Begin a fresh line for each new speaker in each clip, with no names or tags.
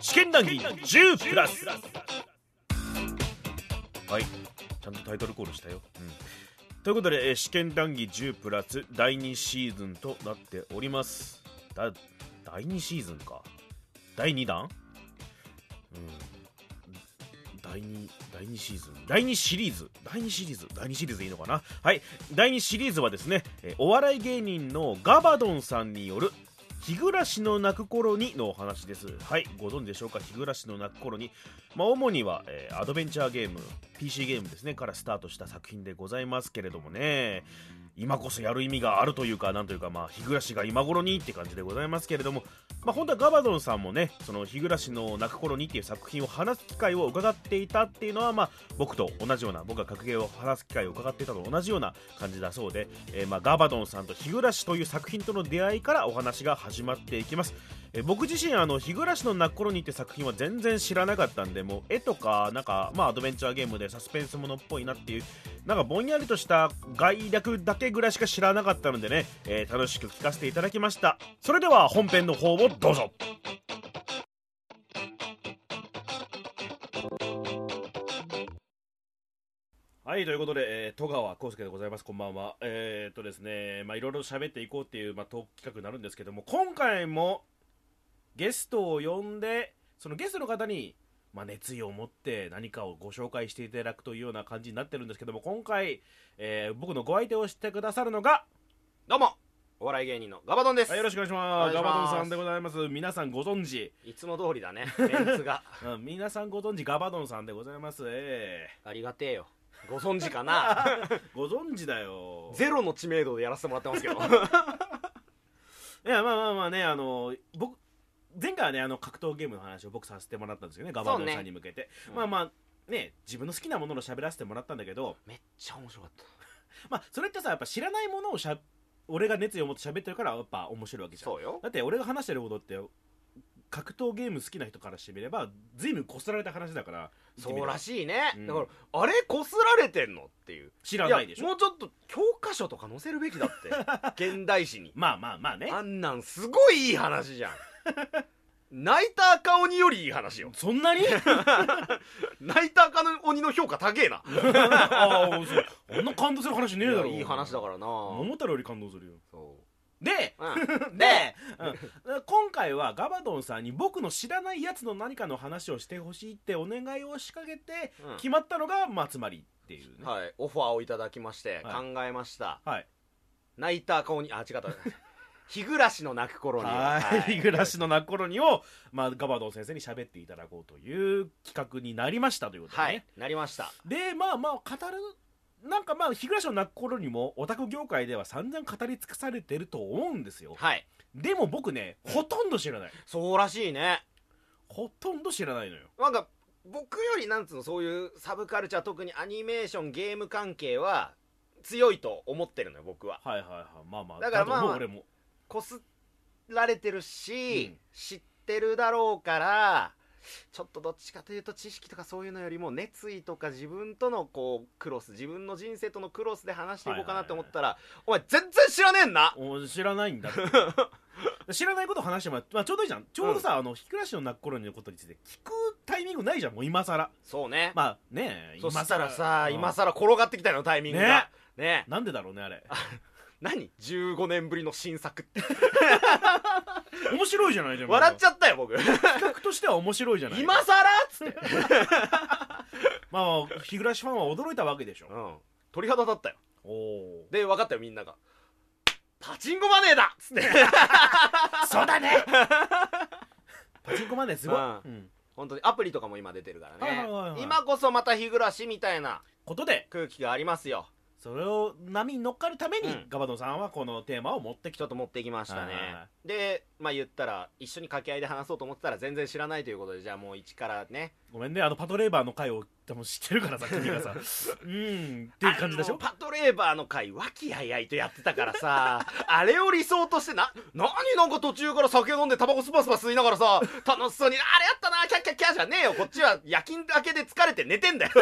試験談義10プラスはいちゃんとタイトルコールしたよ、うん、ということで、えー試験談義10プラス第2シーズンとなっておりますだ第2シーズンか第2弾うん第2第2シーズン第2シリーズ第2シリーズ第2シリーズいいのかなはい第2シリーズはですね、えーお笑い芸人のガバドンさんによる日暮らしの泣く頃にのお話です。はい、ご存知でしょうか、日暮らしの泣く頃に、まあ、主には、えーアドベンチャーゲーム、PC ゲームですね、からスタートした作品でございますけれどもね、今こそやる意味があるというか、なんというか、まあ、日暮らしが今頃にって感じでございますけれども、まあ、本当はガバドンさんもね、その日暮らしの泣く頃にっていう作品を話す機会を伺っていたっていうのは、まあ、僕と同じような、僕が格ゲーを話す機会を伺っていたのと同じような感じだそうで、えーまあ、ガバドンさんと日暮らしという作品との出会いからお話が始まっていきます。えー僕自身あの日暮らしの泣く頃にって作品は全然知らなかったんでもう絵とかなんかまあアドベンチャーゲームでサスペンスものっぽいなっていうなんかぼんやりとした概略だけぐらいしか知らなかったのでね、えー楽しく聞かせていただきましたそれでは本編の方をどうぞはいということで、えー戸川浩介でございます、こんばんは。えー、っとですね、まあ、いろいろ喋っていこうっていう、まあ、トーク企画になるんですけども、今回もゲストを呼んで、そのゲストの方に、まあ、熱意を持って何かをご紹介していただくというような感じになってるんですけども、今回、えー僕のご相手をしてくださるのが、
どうもお笑い芸人のガバドンです、
はいよろしくお願いします。
お願
ガ
いします
バドンさんでございます。皆さんご存知、
いつも通りだねメンツが
うん皆さんご存知、ガバドンさんでございます。え
ありがてえよご存知 かな
ーご存知だよ。
ゼロの知名度でやらせてもらってます けど
いやまあまあまあねあの僕前回はねあの格闘ゲームの話を僕させてもらったんですよねガバドン
そ
さ
うんね
に向けて、
うん
まあまあね自分の好きなものを喋らせてもらったんだけど
めっちゃ面白かった
まあそれってさやっぱ知らないものをしゃ俺が熱意を持って喋ってるからやっぱ面白いわけじゃん
そうよ
だって俺が話してることって格闘ゲーム好きな人からしてみれば随分こすられた話だから
そうら
い
しいね、
うん
だからあれこすられてんのっていう
知らないでし
や
ょ
もうちょっと教科書とか載せるべきだっ て現代史に
まあまあまあね
あんなんすごいいい話じゃん泣いた赤鬼よりいい 話よ
そん なに
泣いた赤鬼の評価高えな
ああそうあんな感動する話ねえだろ
いやいい話だからな
桃太郎より感動するよ
そ
で
う、うん、
で、うん今回はガバドンさんに僕の知らないやつの何かの話をしてほしいってお願いを仕掛けて
うん
決まったのが、まあ、つまりっていうね、
はい、オファーをいただきまして
は
考えました、
はい
泣いた顔にあ違った 日暮らしの泣く頃に
はい 日暮らし
の
の泣く頃にを、まあ、ガバドン先生に喋っていただこうという企画になりましたということでね、
はいなりました
でまあまあ語るなんかまあ日暮らしの泣く頃にもオタク業界では散々語り尽くされてると思うんですよ
はい
でも僕ねほとんど知らない
そうらしいね
ほとんど知らないのよ
なんか僕よりなんつうのそういうサブカルチャー特にアニメーションゲーム関係は強いと思ってるのよ僕は
はいはいはいまあまあ
だからまあ
と思う俺も
こすられてるし、
うん
知ってるだろうからちょっとどっちかというと知識とかそういうのよりも熱意とか自分とのこうクロス自分の人生とのクロスで話していこうかなって思ったら、お前全然知らねえんな
お知らないんだって 知らないことを話してもらって、まあ、ちょうどいいじゃんちょうどさ、あの日暮らしの泣く頃のことについて聞くタイミングないじゃんもう今さら
そうね、
まあねえ
そしたらさ、
うん
今さら転がってきたのタイミングがね
なんでだろうねあれ
何15年ぶりの新作って
面白いじゃないじゃん
笑っち
ゃ
ゃったよ僕
う企画としては面白いじゃない
今さらっつって、
まあ日暮らしファンは驚いたわけでしょ
うん、鳥肌立ったよ
おお
で分かったよみんながパチンコマネーだっつって
そうだね パチンコマネーすごい、
うん
うん
本当にアプリとかも今出てるからね、
はいはいはいはい
今こそまた日暮らしみたいな
ことで
空気がありますよ
それを波に乗っかるために、
うん
ガバドンさんはこのテーマを持ってき
ち
た
ょっと持ってきました
はい
ね
はいは
でまあ言ったら一緒に掛け合いで話そうと思ってたら全然知らないということでじゃあもう一からね
ごめんねあのパトレーバーの回を多分知ってる からさ君がさうんっていう感じでしょ
あのパトレーバーの会和気あいあいとやってたからさ あれを理想としてな何なんか途中から酒飲んでタバコスパスパ吸いながらさ楽しそうにあれやったなキャッキャッキャじゃねえよこっちは夜勤明けで疲れて寝 てんだよ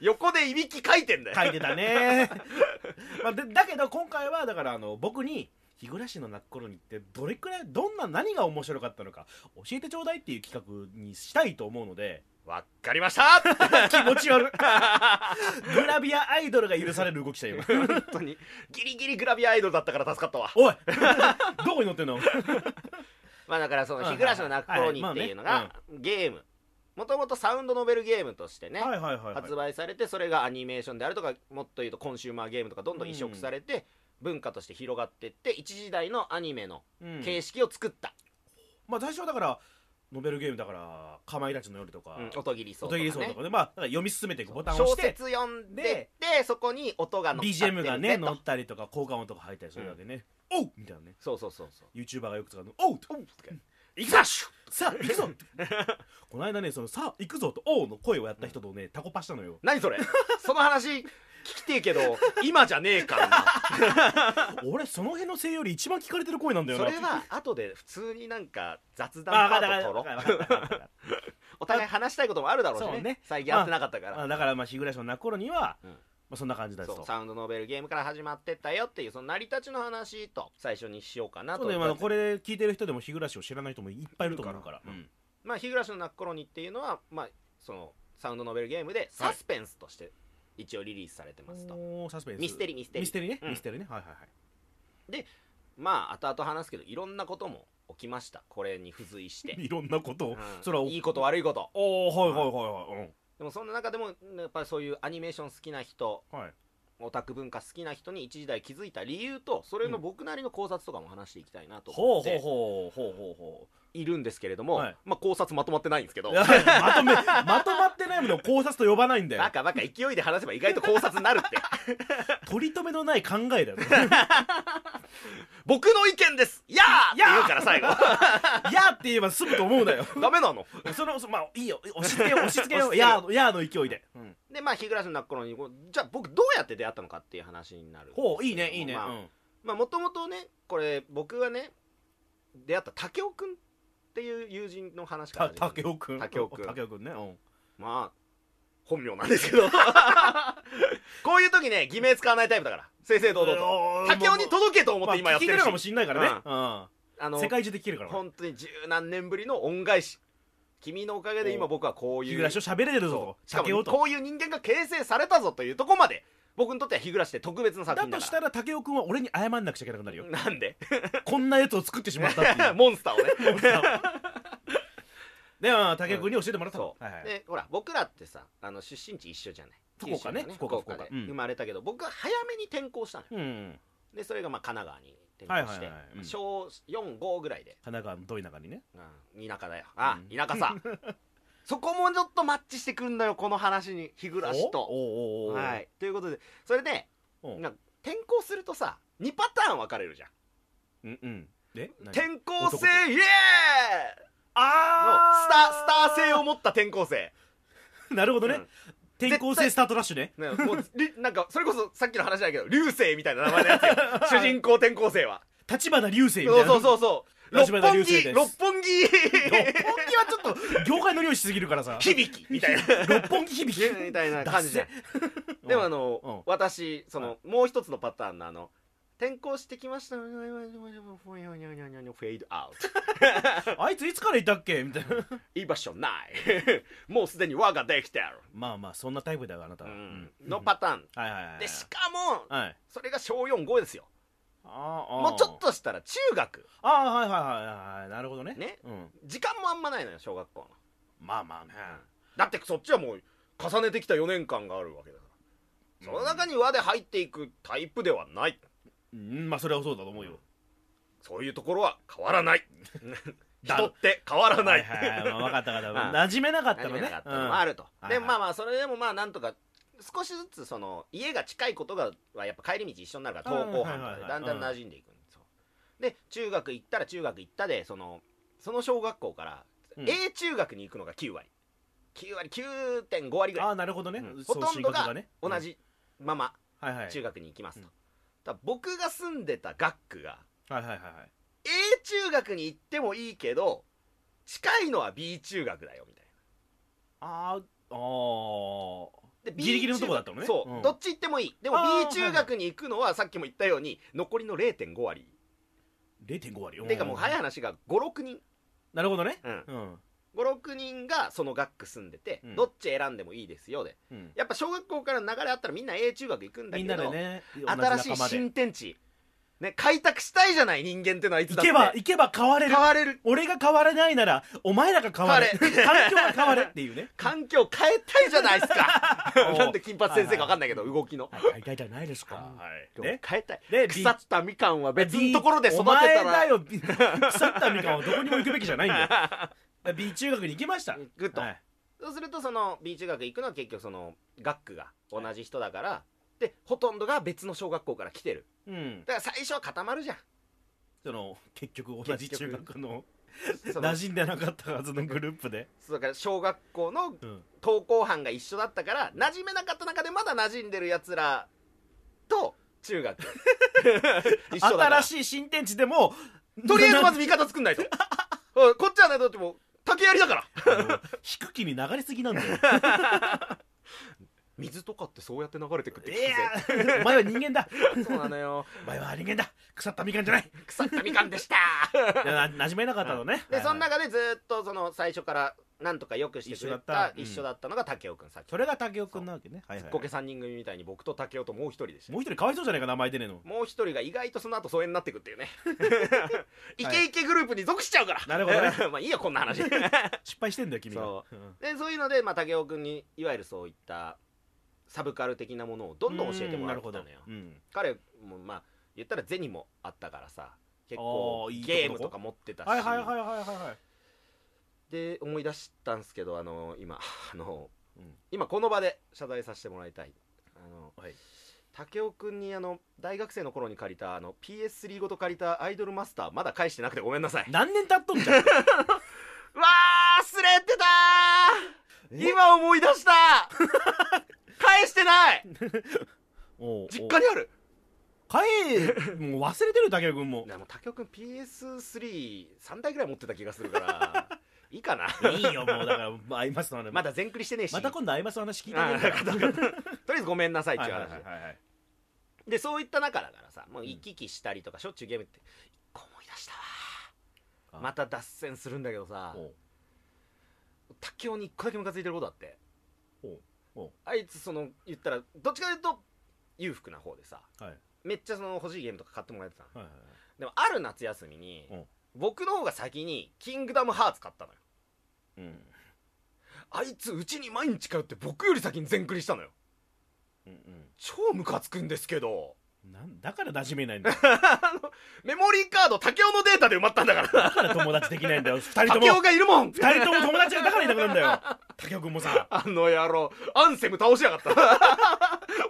横でいびきかいてんだよ
書いてたね、まあ、でだけど今回はだからあの僕に「日暮らしの泣く頃にってどれくらいどんな何が面白かったのか教えてちょうだいっていう企画にしたいと思うので
わっかりました
気持ち悪いグラビアアイドルが許される動きしたよ 今
本当にギリギリグラビアアイドルだったから助かったわ
おい どこに乗ってんの
まあだからその
はい
日暮らしの泣く頃に
はいはいまあ
って
ね
いうのがゲームもともとサウンドノベルゲームとしてね
はいはいはい、はい、
発売されてそれがアニメーションであるとかもっと言うとコンシューマーゲームとかどんどん移植されて文化として広がってって一時代のアニメの
うん
形式を作った
まあ最初はだからノベルゲームだから「かまいたちの夜」とか
うん
「
音切りそう
おと
とか
ぎりそう」
ね
とかでまあだから読み進めていくボタンを
小
押して
説読んででそこに音が乗っかってる
BGM がね
ぜと
乗ったりとか効果音とか入ったりするわけね「おう!」みたいなね
そうそうそうそう
YouTuber がよく使うの「おう!」と「行くぞ!」さあ行くぞこの間ねその「さあ行くぞ」と「おう!」の声をやった人とねタコパしたのよ
何それその話聞きてえけど今じゃねえからな
俺その辺の声より一番聞かれてる声なんだよ
そ
な
れは後で普通になんか雑談
あ
パ
わか
ート
るわ
取
かる
ろう
わかるわかるわかる
お互い話したいこともあるだろうし
そ
ね
うね
最近会ってなかったから、
まあだからまあ日暮らしの泣く頃には、
うん
まあ、そんな感じだ
そう
と
サウンドノベルゲームから始まってったよっていうその成り立ちの話と最初にしようかな
そ
と
うね、まあ、こ
れ
れ聞いてる人でも日暮らしを知らない人もいっぱいいると思うから
いるから
うん
まあ日暮らしの泣く頃にっていうのはまあそのサウンドノベルゲームでサスペンスとして一応リリースされてますと、
おーサスペンス
ミステリーミステリー
ミステリーね、
うん
ミステリーねはいはいはい
まあ後々話すけどいろんなことも起きましたこれに付随して、
いろんなことを、
うん
それはい
いこと悪いこと
おおはいはいはいはい
でもそんな中でもやっぱりそういうアニメーション好きな人
うんはい
オタク文化好きな人に一時代気づいた理由とそれの僕なりの考察とかも話していきたいなと
ほ
思
う
っ
ほう
て
ほうほうほうほ
いるんですけれども、
はい
まあ、考察まとまってないんですけど
ういやまとめまとまってないものを考察と呼ばないんだよ
バカバカ勢いで話せば意外と考察になるって
取り留めのない考えだよね
僕の意見ですやーって
やー
言うから最後
いやって言えば済むと思うな よ
ダメなの
そのそまあいいよ押し付けよう押し付けよう
押し付ける
やーのやーの勢いで、うん、
でまあ日暮らしの泣く頃にこうじゃあ僕どうやって出会ったのかっていう話になるんですけれど
ほ
も
ういいねいいね、
まあ
うん
まあもともとねこれ僕がね出会った武雄くんっていう友人の話から
た
始まる
竹雄くん
竹雄くん
竹雄くんねうん
まあ本名なんで すけどこういう時ね偽名使わないタイプだから正々堂々と竹雄に届けと思って今やって
まあ聞け
る
る
し
かもしんないからね、うん
あの
世界中で聞けるから
本当に十何年ぶりの恩返し君のおかげで今僕はこう
日
いう
暮らしを喋れるぞと
そうしか
竹
も
雄と
こういう人間が形成されたぞというとこまで僕にとっては日暮らしで特別な作
だ
品だ
と
か
したら竹雄くんは俺に謝んなくちゃいけなくなるよ
らなんで
こんなやつを作ってしまったっていう
モンスターをね
では武井君に教えてもらったの
そ
はいはい
でほら僕らってさあの出身地一緒じゃない
福岡ね
九州の
福岡
福岡で
福岡うん
生まれたけど僕は早めに転校したのよ
うん
でそれがまあ神奈川に転校して、
はいはいはいうん
小45ぐらいで、
神奈川のどい中にね
うん田舎だよあ、
うん
田舎さ そこもちょっとマッチしてくんだよこの話に日暮らしと
おおおお
はいということでそれで
お
なんか転校するとさ2パターン分かれるじゃん
うんうんで何
転校
男
生
と
イエーイの
あ
スタースター性を持った転校生
ー なるほどね
うん
転校生スタートラッシュね
ねもうり なんかそれこそさっきの話だけど流星みたいな名前のや つよ主人公転校生は
立花流星みたい
そ
な
うそう
う
そうそう
ラ
六
ジバダ流
本
星
木
です
六本木
六本木はちょっと業界の量しすぎるから さ
響きみたいな
六本木響き
みたいな感じじゃん
うん
でもあ
うん
の私そのもう一つのパターンのあの転校してきましたフェイドアウト
あいついつからいたっけみたいな
居場所ない もうすでに輪ができてある
まあまあそんなタイプだよあなたはうん
のパターン
はいはいはい
でしかも
はい
それが小45ですよ
あーあー
もうちょっとしたら中学
ああはいはいはいはいなるほどね
ね
うん
時間もあんまないのよ小学校の
まあまあね
だってそっちはもう重ねてきた4年間があるわけだからその中に輪で入っていくタイプではない
うんまあそれはそうだと思うよ
そういうところは変わらない
だ
人って変わらない
はいはい はいまあ分かった分か
う
っ
ん
た馴染めなかった
何
の
も
ね
なかったのもあ
る
ると、
うん
で
はいはい
まあまあそれでもまあなんとか少しずつその家が近いことがはやっぱ帰り道一緒になるから
う
登
ん
校班と
はいはい
かで
はい
だんだん馴染んでいくんですよで中学行ったら中学行ったでそのその小学校から
うん
A 中学に行くのが9割9割9.5割ぐら
あ
い
あなるほどね
うん
そう
ほとんどが
進学ね
同じまま
うんはいはい
中学に行きますと、
うん
だから僕が住んでた学区が
はいはいはいはい
A 中学に行ってもいいけど近いのは B 中学だよみたいな
あーあー
で
ギリギリのとこだったのね
そう、
うん
どっち行ってもいいでも
あー
B 中学に行くのはさっきも言ったように残りの0.5割
0.5割
ていうかもう早い
い
話が56人
なるほどね
うん
うん
56人がその学区住んでて、
うん
どっち選んでもいいですよで
うん
やっぱ小学校からの流れあったらみんな A 中学行くんだ
み
け
ん
ど
なでね
新しい新天地、ね、開拓したいじゃない人間ってのはいつ
行
だって
けば行けば変われる
変われる
俺が変われないならお前らが変われ
変われ
環境が変わ れっていうね
環境変えたいじゃないですか
おう
なんで金髪先生か分かんないけど動きの
はい大体じゃないですか
うん
はい
変え
ね
たい
で
腐ったみかんは別のところで育てた
お前だ
ら
よ腐ったみかんはどこにも行くべきじゃないんだよだから B 中学に行きました
行くと
はい
そうするとその B 中学行くのは結局その学区が同じ人だから、でほとんどが別の小学校から来てる
うん
だから最初は固まる じゃん
その結局同じ中学の
その
馴染んでなかったはずのグループで
そうだから小学校の
うん
登校班が一緒だったから馴染めなかった中でまだ馴染んでるやつらと 中学一緒だか
新
ら
しい新天地でも
とりあえず まず味方作んないとうんこっちはねだってもう竹槍だから
あの低気に流れすぎなんだ よ
水とかってそうやって流れてくっ
い
て聞くぜ
やお前は人間だ
そうなのよ
お前は人間だ腐ったみかんじゃない
腐ったみかんでした
いやな馴染めなかったのね
でその
な
中でずっとその最初からなんとかよくしてくれた
一緒だったうん
一緒だったのが竹雄君さっき
それが竹雄君なわけねはい
ず
は
っ
い
こけ3人組みたいに僕と竹雄ともう一人でした
もう一人かわいそうじゃないか名前出ねえの
もう一人が意外とその後疎遠になってくって いうねイケイケグループに属しちゃうから
なるほどね
まあいいよこんな話で
失敗してんだよ君が
そ
うん
そういうので、まあ、竹雄君にいわゆるそういったサブカル的なものをどんどん教えてもらってたのよ
うんなるほどうん
彼もまあ言ったら銭もあったからさ結
あ
構
ーいいとこ
ゲームとか持ってたし
はいはいはいはいはいはい
で思い出したんですけどあの 今あの、
うん
今この場で謝罪させてもらいたいあの、
はい
竹雄君にあの大学生の頃に借りたあの PS3 ごと借りたアイドルマスターまだ返してなくてごめん なさい
何年経っとんじゃん
うわー忘れてたー今思い出 した返してない
おうおう
実家にある
帰もう忘れてる竹雄君も
でも竹雄君 PS33 台ぐらい持ってた気がするから いいかない
いよもうだからまあ会いますの話
まだ全クリしてねえし
また今度会いますの話聞いて
あ
ね
ー
えか
分
ら
かった分かったとりあえずごめんなさいって
はいいうはい
話
はいはい
でそういった中だからさもう
うん
行き来したりとかしょっちゅうゲームって一個思い出した
あ
わまた脱線するんだけどさ
おう
竹雄に一個だけムカついてることあって
おうおう
あいつその言ったらどっちかというと裕福な方でさ
はい
めっちゃその欲しいゲームとか買ってもらえてたの
はいはい
でもある夏休みに
うん
僕の方が先に「キングダムハーツ」買ったのよ
うん
あいつうちに毎日通って僕より先に全クリしたのよ
うん
超ムカつくんですけど
うんなんだから馴染めないんだよ
メモリーカード竹雄のデータで埋まったんだから
だから友達できないんだよ二人と
竹雄
も
がいるもん
二人とも友達がだからいなくなるんだよ竹雄君もさ
あの野郎、アンセム倒しやがった。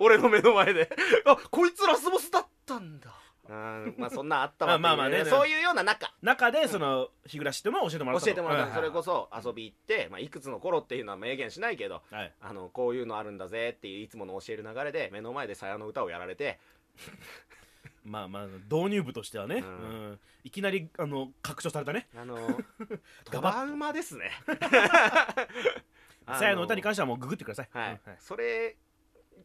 俺の目の前で。あ、こいつラスボスだったんだ。うん、 まあそんなあったわ。
あまあまあね
そういうような中、
中でその日暮らしっていうのを教えてもらった
教えてもらった。それこ
そ
そ遊び行って、まあいくつの頃っていうのは明言しないけど、
はい
あの、こういうのあるんだぜっていういつもの教える流れで、目の前で鞘の歌をやられて、
まあまあ導入部としてはね
う
うんんいきなりあの拡張されたね
あの、ト
ガバッと
ラウマですね。あ
さやの歌に関してはもうググってください
はい
うんはい、
それ、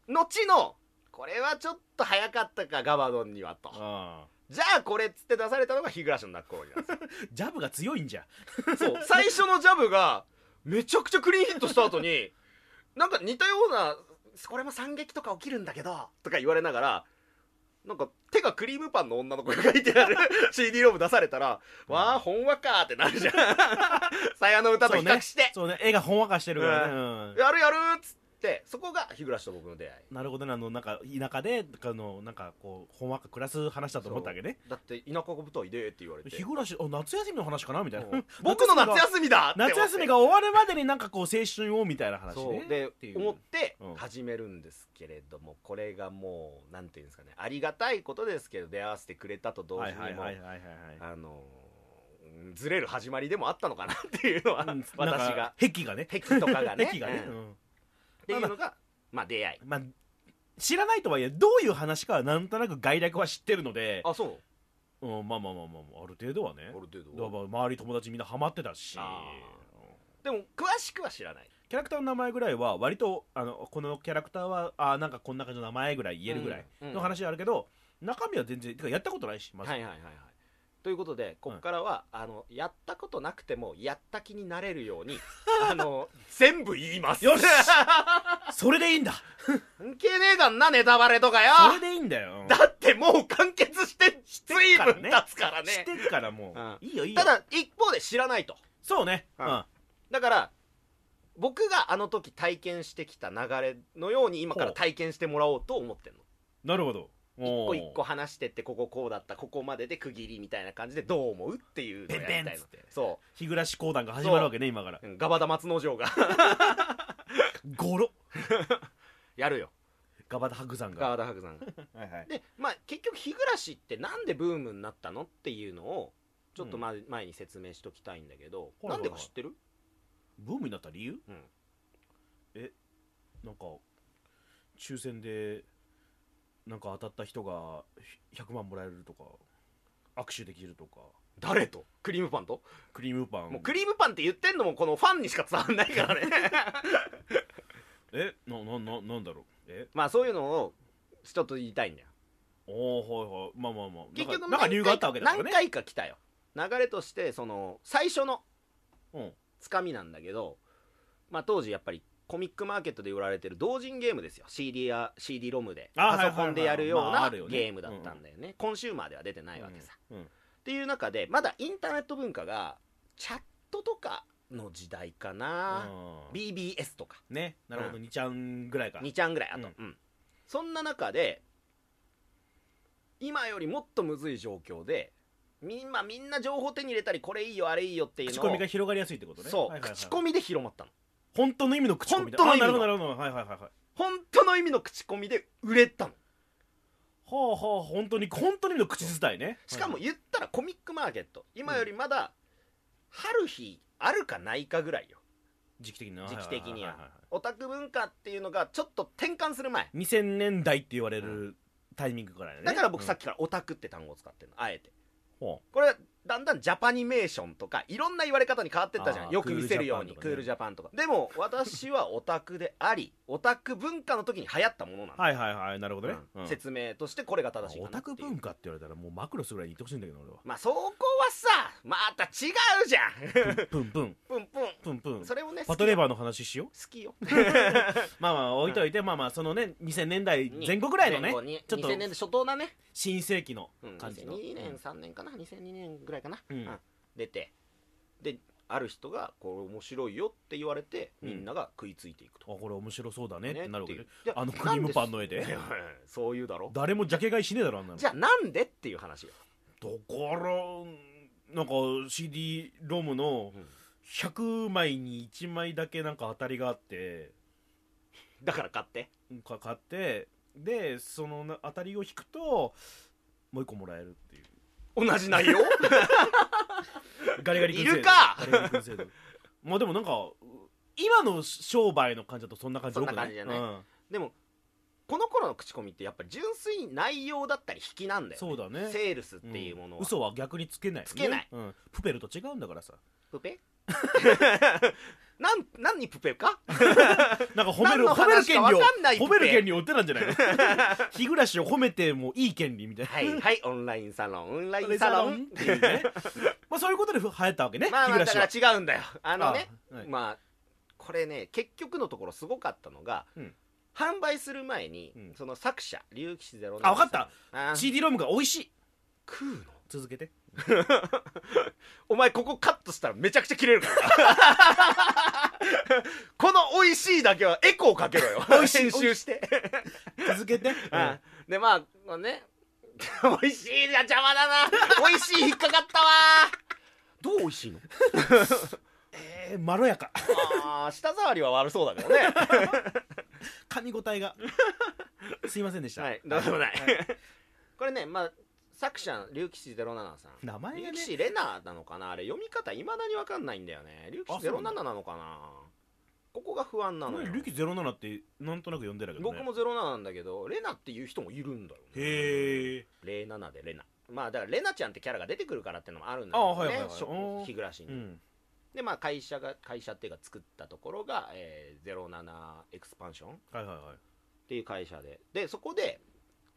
後の、これはちょっと早かったか、ガバドンにはと。
あ
じゃあこれっつって出されたのが日暮らしの泣く頃になんで
あジャブが強いんじゃ
す よそう最初のジャブがめちゃくちゃクリーンヒットした後になんか似たようなこれも惨劇とか起きるんだけどとか言われながらなんか手がクリームパンの女の子が書いてある CD ローム出されたら、わあほんわかーって なるじゃんさやの歌と比較して、
そうね絵がほんわかしてるからねうん
やるやるーっつってそこが日暮らしと僕の出会い
なるほどねあのなんか田舎であのなんかこうほんわか暮らす話だと思ったわけね
だって田舎が舞台でって言われて
日暮らしあ夏休みの話かなみたいな
もう僕の夏休みだって思って
夏休みが終わるまでになんかこう青春をみたいな話
そ
ね
うで
っていう
思って
うん
始めるんですけれども、これがもうなんていうんですかねありがたいことですけど出会わせてくれたと同時
は
に
い
も、
はいはいはいはい
あのーずれる始まりでもあったのかなっていうのは、
はいうんなん
私
か
が
壁がね
敵と かがね
壁がね
うんっ
うん
ていうのがまあ出会い
まあ知らないとはいえどういう話かはなんとなく概略は知ってるので
あそう
うんまあまあまあまあある程度はね
ある程
だから
度
まあ周り友達みんなハマってたし
あ
うん
でも詳しくは知らない
キャラクターの名前ぐらいは割とあのこのキャラクターはあーなんかこんな感じの名前ぐらい言えるぐらい
うん
の話はあるけど、中身は全然てかやったことないしまず、
はいはいはいはいとということでここからは、あのやったことなくてもやった気になれるよ うにあの全部言います
よしそれでいいんだ
関係ねえかんなネタバレとかよ
それでいいんだよ
だってもう完結して随
から
分
ね
経つからね
してっからも
うん
ういいよいいよ
ただ一方で知らないと
そうね
う
うんん
だから僕があの時体験してきた流れのように今から体験してもらおうと思ってんの
なるほど
一
お
個
ー
一個話してってこここうだったここまでで区切りみたいな感じでどう思うっていうのをやりたいの
ペンペンっつって
そ
日暮らし講談が始まるわけね今から
ううんガバダ松之丞が
ゴロ
やるよ
ガバダ白山が
ガバダ伯山が
はいはい
でまあ結局日暮らしってなんでブームになったのっていうのをちょっとま前に説明しときたいんだけど、
はい
な
はいはい
んでか知ってる
ブームになった理由
うん
えなんか抽選でなんか当たった人がひ100万もらえるとか握手できるとか
誰とクリームパンと、
クリームパン
もうクリームパンって言ってんのもこのファンにしか伝わんない からね
えななななんだろうえ
まあそういうのをちょっと言いたいんだよ
おーはいはいまあまあまあなん
結
か
局
なんか理由があったわけだから
何
ね
回か来たよ流れとしてその最初の
うん
つかみなんだけど、まあ、当時やっぱりコミックマーケットで売られてる同人ゲームですよ CD や CD ロムで
あ
パソコンでやるよう
はいはいはいまあ
な
ある
ゲ
よね
ームだったんだよねコンシューマーでは出てないわけさ、
うんうん
っていう中でまだインターネット文化がチャットとかの時代かな、
うん
BBS とか
ねなるほど
う
2ちゃんぐらいか
2ちゃんぐらいあと、
うん
うんそんな中で今よりもっとむずい状況でみん,、まあみんな情報手に入れたりこれいいよあれいいよっていう
口
のを
コミが広がりやすいってことね
そう、
はいはいはい
口コミで広まったの
本当の意味の口コミだ
本当の意味の
あなるほどなるほどはいはいはいはい
本当の意味の口コミで売れたの
はあはあ本当に本当の意味の口伝いね
しかも
はい
言ったらコミックマーケット今よりまだ春日あるかないかぐらいよ
時期的にな
時期的
ははいは
には
いはい
オタク文化っていうのがちょっと転換する前
2000年代って言われるタイミングからいね
だから僕さっ
き、
きからオタクって単語を使ってるのあえて
うんほ
これだんだんジャパニメーションとかいろんな言われ方に変わってったじゃ
あ
ん
ー
よく見せるようにク
ク
ー
ー
ル
ル
ジ
ジ
ャパンとかでも私はオタクでありオタク文化の時に流行ったものなん
う
だ、
はいはいはいなるほどね、
うん
うん
説明としてこれが正しいか
オタ
なってい
ク
う
文化って言われたらもうマクロスぐらいに言ってほしいんだけど俺は
まあそこはさまた違うじゃ ん
プンプン
プンプン
プンプン
それをね
パトレー
好
バーの話しよ
きよ
うまあまあ置いといて、まあまあそのね2000年代 前後ぐらいのね
前後に
ちょっと
2000年で初頭だね、
新世紀の
うん、
感じの、
2002
う
年
ん
3年かな2002年ぐらいかな、
うん
出てである人がこれ面白いよって言われて
うん
みんなが食いついていくと、
あこれ面白そうだねってなるわけ
ね
で
っていう
あのクリームパンの絵 で
いやなんすそういうだろ
誰もジャケ買いしねえだろあんなの
じゃあなんでっていう話よ
だからなんか CD ロムの
うん
100枚に1枚だけなんか当たりがあって
だから買って
か買ってでそのな当たりを引くともう一個もらえるっていう
同じ内 容
ガリガリ君制度
いるか
ガリガリ君制 度まあでもなんか今の商売の感じだとそんな感じ
そんな
多くない
感じじゃない
うん
でもこの頃の口コミってやっぱり純粋に内容だったり引きなんだよ、ね、
そうだね
セールスっていうものは、
ん嘘は逆につけないよね
つけない
うんプペルと違うんだから さ
プペなん何プペか
なんか褒め
何
る
の
褒める
話
権
か
利
わ
を
かんないって
褒める権利を追ってなんじゃない の日暮らしを褒めてもいい権利みたいな
はいはいオンラインサロンオンラインサロン
っていうねまあそういうことで流行ったわけね、
まあま
日
あだ
暮
から
しは
違うんだよあのね
あはい
まあこれね結局のところすごかったのが、
うん
販売する前に、
うん
その作者龍騎士ゼロ
あわかった
あ
CD ロムが美味しい
食うの
続けて
お前ここカットしたらめちゃくちゃ切れるから この「美味しい」だけはエコーかけろよ
美味しい
編集して
続けて、
うんでまあこうね 美味しいな邪魔だな美味しい引っかかったわどう美味しいの
えーまろやか
あー舌触りは悪そうだけどね
噛み応えがすいませんでした、
はいどうでもない これねまあ作者龍騎士07さん
名前が
龍騎
ね
士レナなのかなあれ読み方いまだに分かんないんだよね龍騎士
あそう
07
な
な
の
のかなここが不安なのよ
ルキ07ってなんとなく呼んでるけどね
僕も07なんだけどレナっていう人もいるんだよね
へえ
レナナでレナまあだからレナちゃんってキャラが出てくるからってのもあるんだ
ああは
け
いは
ど
い
ね
はい
しょ
おー
日暮らしに、
うん
でまあ会社が会社っていうか作ったところが、えー、07エクスパンションっ
はいはいはい
ていう会社ででそこで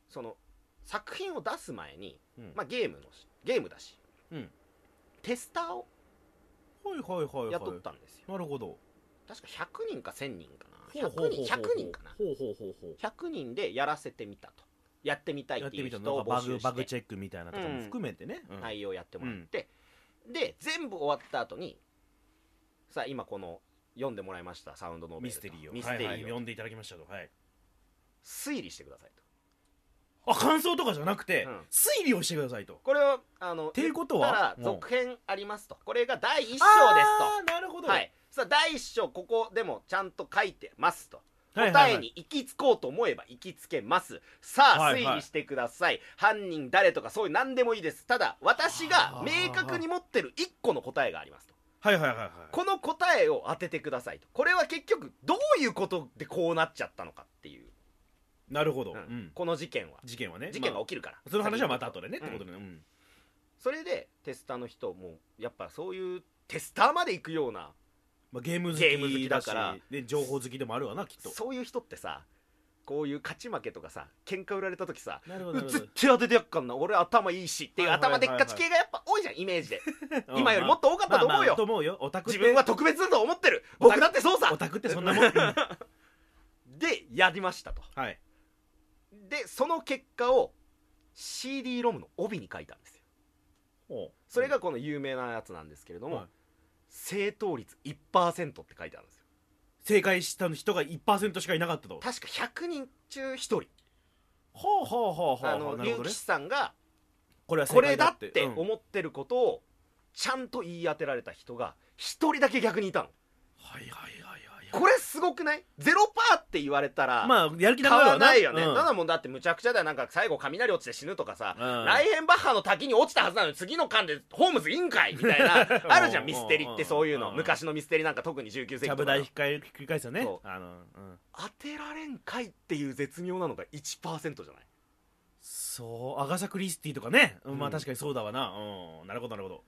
その作品を出す前に、
うん
まあ、ゲームのしゲームだし
うん
テスターを
はいはいはいはい
雇ったんですよ、
なるほど
確か100人か1000人かな
ほうほうほう
100
ほう
人100人かな
ほうほうほうほう
100人でやらせてみたとやってみたい
や
っ
ってて
いう
みた
人
のな
を
んかバ
募
グ
集
バグ
して
チェックみたいなとかも含めてね、うん
対応やってもらって、で全部終わった後にさあ今この読んでもらいましたサウンドノーベ
ミ
ル
ステリーを
ミステリーを、
はいはい、呼んでいただきましたとはい
推理してくださいと
あ感想とかじゃなくて、
うん
推理をしてくださいと
これをあの
ていうことは
言ったら
うん
続編ありますとこれが第1章です
あーなるほ
と
ど、
はいさあ第1章ここでもちゃんと書いてますと
はいはい
答
はい
えに行き着こうと思えば行き着けますさあ
はいはい
推理してください、犯人誰とかそういう何でもいいですただ私が明確に持ってる1個の答えがありますと
はいはいはいはい
この答えを当ててくださいとこれは結局どういうことでこうなっちゃったのかっていう、
なるほど、
うん
うん
この事件は
事件はね
事件が
ま
起きるから、
あその話はまた後でね、
う
っ
ん
てことでね、うん
それでテスターの人もやっぱそういうテスターまで行くような
まあ、ゲーム好
ゲーム好
き
き
だ
だ
か
からら
で情報好きでもあるわなきっと
そういう人ってさこういう勝ち負けとかさ喧嘩売られた時さ
なるほどなるほ
絶対当ててやっかんな俺頭いいしっていう
はいはいはい
頭
はい
でっかち系がやっぱ多いじゃんイメージで
ど
今よりもっと多かったと思う
まあまあ
よ
と思うよオタクって
自分は特別だと思ってる僕だってそうさ
オタクってそんな もん、うんは
でやりましたと
い
でその結果を CD ロムの帯に書いたんですよそれがこの有名なやつなんですけれども、
はい
正答率1%って書いてあるんですよ
正解した人が1%しかいなかったとは
確か100人中1人
あはあはあは
あ
あはあ
の
な
龍
る
騎、
ほどね
さんが
これは
これだって
うん
思ってることをちゃんと言い当てられた人が一人だけ逆にいたの
はいはいはいはいはい
これすごくないゼロパーって言われたら、
まあやる気なくな
買
るわ
わないよね、
うん
ただもんだってむちゃくちゃだよなんか最後雷落ちて死ぬとかさ、
うん
ライヘンバッハの滝に落ちたはずなのに次の巻でホームズ委員会みたいなあるじゃんミステリってそういう
うんうん
の
うん
昔のミステリなんか特に19世紀
ちゃ
と
ぶ
か
台
の
ひっかえひっくり返すよね
そ
あの、うん、
当てられんかいっていう絶妙なのが1%じゃない
そうアガサ・クリスティとかね、うんまあ
うん
確かにそうだわなうんなるほどなるほど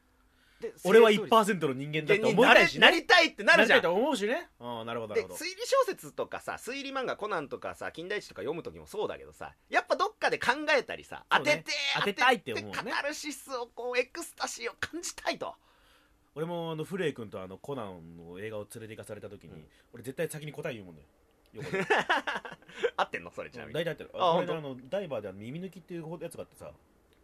で
俺は
正答率
1%の人間だって
人
思いた
なれ
いし
なりたいってなるじゃん
りたいと思うしねうんなるほどなる
で推
ほど
理小説とかさ推理漫画コナンとかさ近代史とか読む時もそうだけどさやっぱどっかで考えたりさ
そ
当
う
てて、
ね当てたいって思うね
カタルシスをこうエクスタシーを感じたいと
俺もあのフレイ君とあのコナンの映画を連れて行かされた時に、
うん
俺絶対先に答え言うもんだよ横 で
合ってんのそれちなみに
大体あってる
あ
あ俺ね
ほ
あのダイバーであの耳抜きっていうやつがあってさ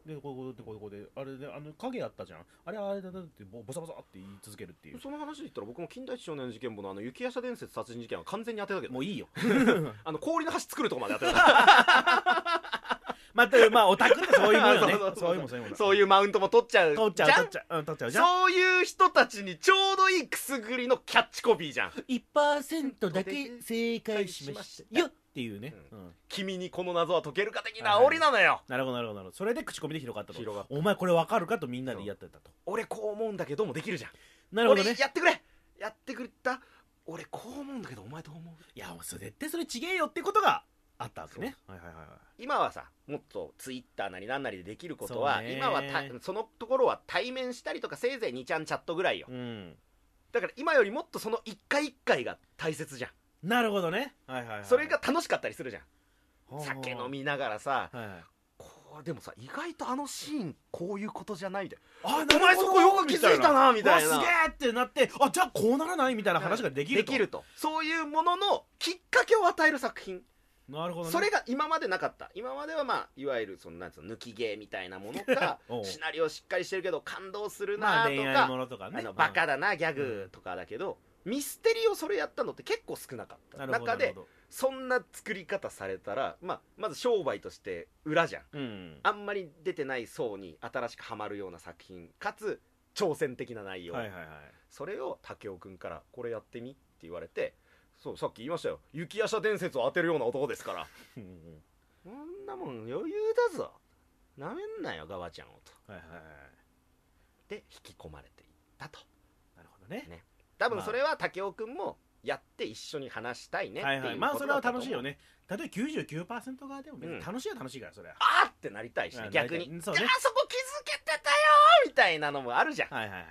でこうこうこうこうこうであれであの影あったじゃんあれあれだだってボボサボサって言い続けるっていう
その話で言ったら僕も近代史少年事件簿のあの雪夜叉伝説殺人事件は完全に当てたけど
もういいよ
あの氷の橋作るとこまで当て た
またまあオタクってそういうもんよね
そうそう
そ
そう
ういうもんそういうもん
そういうマウントも取っちゃう
取っちゃう
じゃ
取っ
ん
ちゃううん取っちゃうじゃん
そういう人たちにちょうどいいくすぐりのキャッチコピーじゃん
1%だけ正解しましたよっていうね、
う
うん
君にこの謎は解けるか的な
はいはい
煽りなのよ、
なるほどなるほどなるほどそれで口コミで広がったと
広がった
お前これわかるかとみんなで言い合ってたと
俺こう思うんだけどもできるじゃん
なるほどね
俺やってくれやってくれた俺こう思うんだけどお前どう思う
いやもうそれ絶対それちげえよってことがあったわけねはいはいはいはい
今はさもっとツイッターなりなんなりでできることは、
そうね
今はたそのところは対面したりとかせいぜい2ちゃんチャットぐらいよ
うん
だから今よりもっとその1回1回が大切じゃん、
なるほどねはいはいはい
それが楽しかったりするじゃん、
ほうほう
酒飲みながらさ
はいはい
こうでもさ意外とあのシーンこういうことじゃないで
あ
お前そこよく気づいたなみたいな
わすげえってなってあじゃあこうならないみたいな話ができる
で
と
きるとそういうもののきっかけを与える作品
なるほどね
それが今までなかった今まではまあいわゆるそのなんつうの抜き芸みたいなものか
おう
シナリオしっかりしてるけど感動する
まあ
なと
恋
か、
愛
あ
ものとかね
のバカだなギャグとかだけど、ミステリをそれやったのって結構少なかっ
な
た
るほど
中
な
で
るほ
そんな作り方されたら、まあ、まず商売として裏じゃん
どうん
あんまり出てない層に新しくハマるような作品かつ挑戦的な内容、
はいはいはい
それを武雄君から「これやってみ」って言われてそうさっき言いましたよ「雪夜叉伝説を当てるような男ですから」
うんうん
そんなもん余裕だぞなめんなよガバちゃんをと
はいはいはい
で引き込まれていったと
なるほどね
多
ま
分
あ
それは武雄君もやって一緒に話したいねって
はいいうはいまあ
こと
それ
だ
は
ったと
楽
思う
しいよね例えば99%側でも別
う
に
ん
楽しいは楽しいからそれは
あーってなりたいしね
うん
逆
なりた
に
いそう
あ
ね
ーそこ気づけてたよーみたいなのもあるじゃんっ
はいはいはい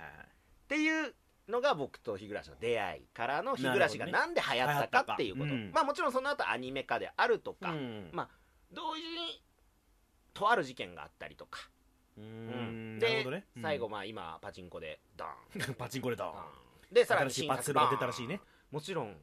ていうのが僕と日暮の出会いからの日暮が
なるほどね
なんで流行ったかっていうこと、
流行ったかうん
まあもちろんその後アニメ化であるとか、
はいうん
ま同時にとある事件があったりとか
うー
うん
んな
で
るほどねうん
最後まあ今パチンコでダーン
パチンコでだ
でさら
新
に
しい
新
パ
作
ズル
バー
が
ン
出たらしいね
もちろん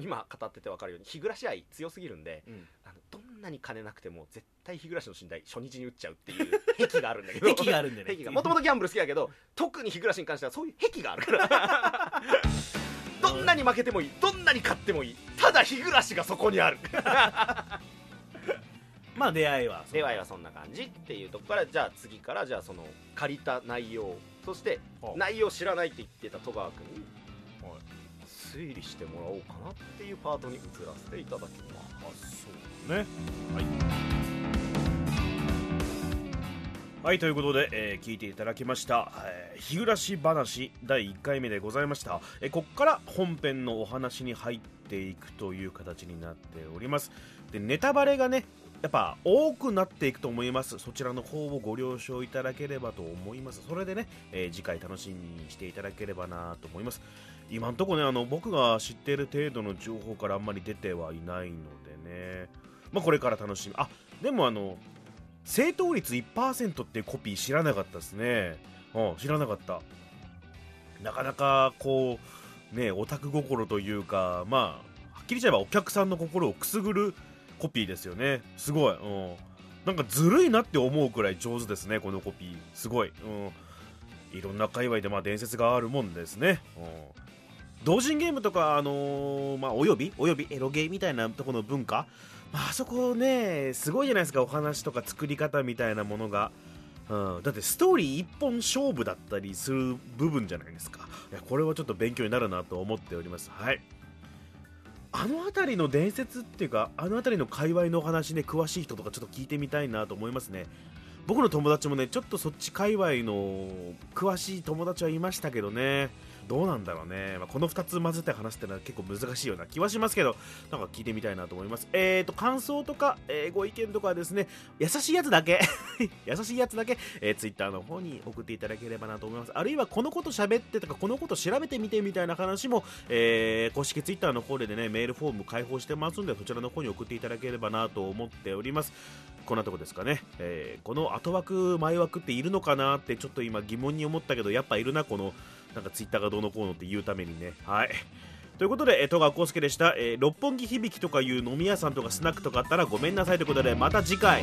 今語ってて分かるように日暮らし愛強すぎるんで
うん
あのどんなに金なくても絶対日暮らしの寝台初日に打っちゃうっていう 癖があるんだけど
癖があるんだよね
癖がもともとギャンブル好きだけど特に日暮らしに関してはそういう癖があるから どんなに負けてもいいどんなに勝ってもいいただ日暮らしがそこにある
まあ出会いは
でははそんな感じっていうとこからじゃあ次からじゃあその借りた内容そして
はあ
内容知らないって言ってた戸川君に
はい
推理してもらおうかなっていうパートに移らせていただきます
あそうねはい、はい、ということで、えー聞いていただきました「えー日暮らし話」第1回目でございました、えーここから本編のお話に入っていくという形になっておりますでネタバレがねやっぱ多くなっていくと思いますそちらの方をご了承いただければと思いますそれでね、えー次回楽しみにしていただければなと思います今んとこねあの僕が知ってる程度の情報からあんまり出てはいないのでねまあこれから楽しみあでもあの正答率1%っていうコピー知らなかったですねうん知らなかったなかなかこうねオタク心というかまあはっきり言っちゃえばお客さんの心をくすぐるコピーですよねすごいうんなんかずるいなって思うくらい上手ですねこのコピーすごいうんいろんな界隈でまあ伝説があるもんですねうん同人ゲームとか、あのーまあ、およびおよびエロゲーみたいなとこの文化、まああそこねすごいじゃないですかお話とか作り方みたいなものが、うん、だってストーリー一本勝負だったりする部分じゃないですかいやこれはちょっと勉強になるなと思っておりますはいあの辺りの伝説っていうかあの辺りの界隈のお話ね詳しい人とかちょっと聞いてみたいなと思いますね僕の友達もねちょっとそっち界隈の詳しい友達はいましたけどねどうなんだろうね、まあ、この2つ混ぜて話ってのは結構難しいような気はしますけどなんか聞いてみたいなと思いますえーと感想とか、えーご意見とかはですね優しいやつだけ 優しいやつだけ、えー、Twitter の方に送っていただければなと思いますあるいはこのこと喋ってとかこのこと調べてみてみたいな話も、えー公式 Twitter の方でねメールフォーム開放してますんでそちらの方に送っていただければなと思っておりますこんなとこですかね、えーこの後枠前枠っているのかなってちょっと今疑問に思ったけどやっぱいるなこのなんかツイッターがどうのこうのって言うためにね。はい。ということで、えー戸川浩介でした、えー六本木響きとかいう飲み屋さんとかスナックとかあったらごめんなさいということで、また次回。